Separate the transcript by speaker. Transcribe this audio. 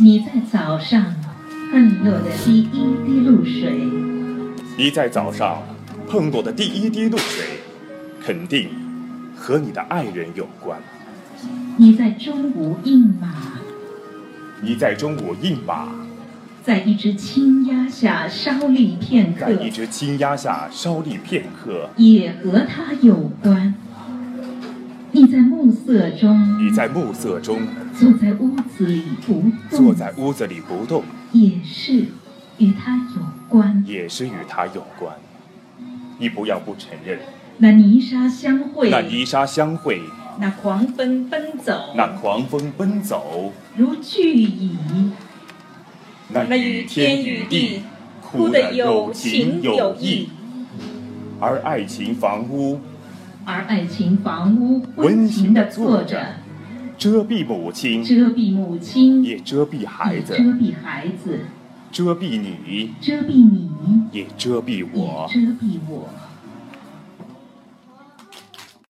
Speaker 1: 你在早上碰落的第一滴露水，
Speaker 2: 你在早上碰过的第一滴露水，肯定和你的爱人有关。
Speaker 1: 你在中午饮马，
Speaker 2: 你在中午饮马，
Speaker 1: 在一只青鸭下稍立片
Speaker 2: 在
Speaker 1: 刻，
Speaker 2: 一只青鸭下稍立片刻。
Speaker 1: 也和它有关。你在暮色中，
Speaker 2: 你在暮色中
Speaker 1: 坐在屋子里不动，
Speaker 2: 坐在屋子里不动，
Speaker 1: 也是与它有关。
Speaker 2: 也是与它有关。你不要不承认，
Speaker 1: 那泥沙相会，
Speaker 2: 那泥沙相会，
Speaker 1: 那狂奔奔走，
Speaker 2: 那狂风奔走，
Speaker 1: 如巨蚁，
Speaker 2: 那
Speaker 3: 那
Speaker 2: 雨
Speaker 3: 与
Speaker 2: 天
Speaker 3: 天
Speaker 2: 与
Speaker 3: 与
Speaker 2: 地
Speaker 3: 地，
Speaker 2: 哭
Speaker 3: 哭
Speaker 2: 得
Speaker 3: 得
Speaker 2: 有
Speaker 3: 有
Speaker 2: 情
Speaker 3: 情
Speaker 2: 有
Speaker 3: 有
Speaker 2: 义
Speaker 3: 义。
Speaker 2: 而爱情房屋
Speaker 1: 而爱情房屋
Speaker 2: 温
Speaker 1: 温
Speaker 2: 馨
Speaker 1: 情
Speaker 2: 地
Speaker 1: 地
Speaker 2: 坐
Speaker 1: 坐
Speaker 2: 着
Speaker 1: 着，
Speaker 2: 遮蔽母亲，
Speaker 1: 遮蔽母亲，也
Speaker 2: 也遮蔽孩子
Speaker 1: 遮；蔽孩子，
Speaker 2: 遮蔽你，
Speaker 1: 遮蔽你，
Speaker 2: 也遮蔽
Speaker 1: 也
Speaker 2: 我。
Speaker 1: 遮蔽我。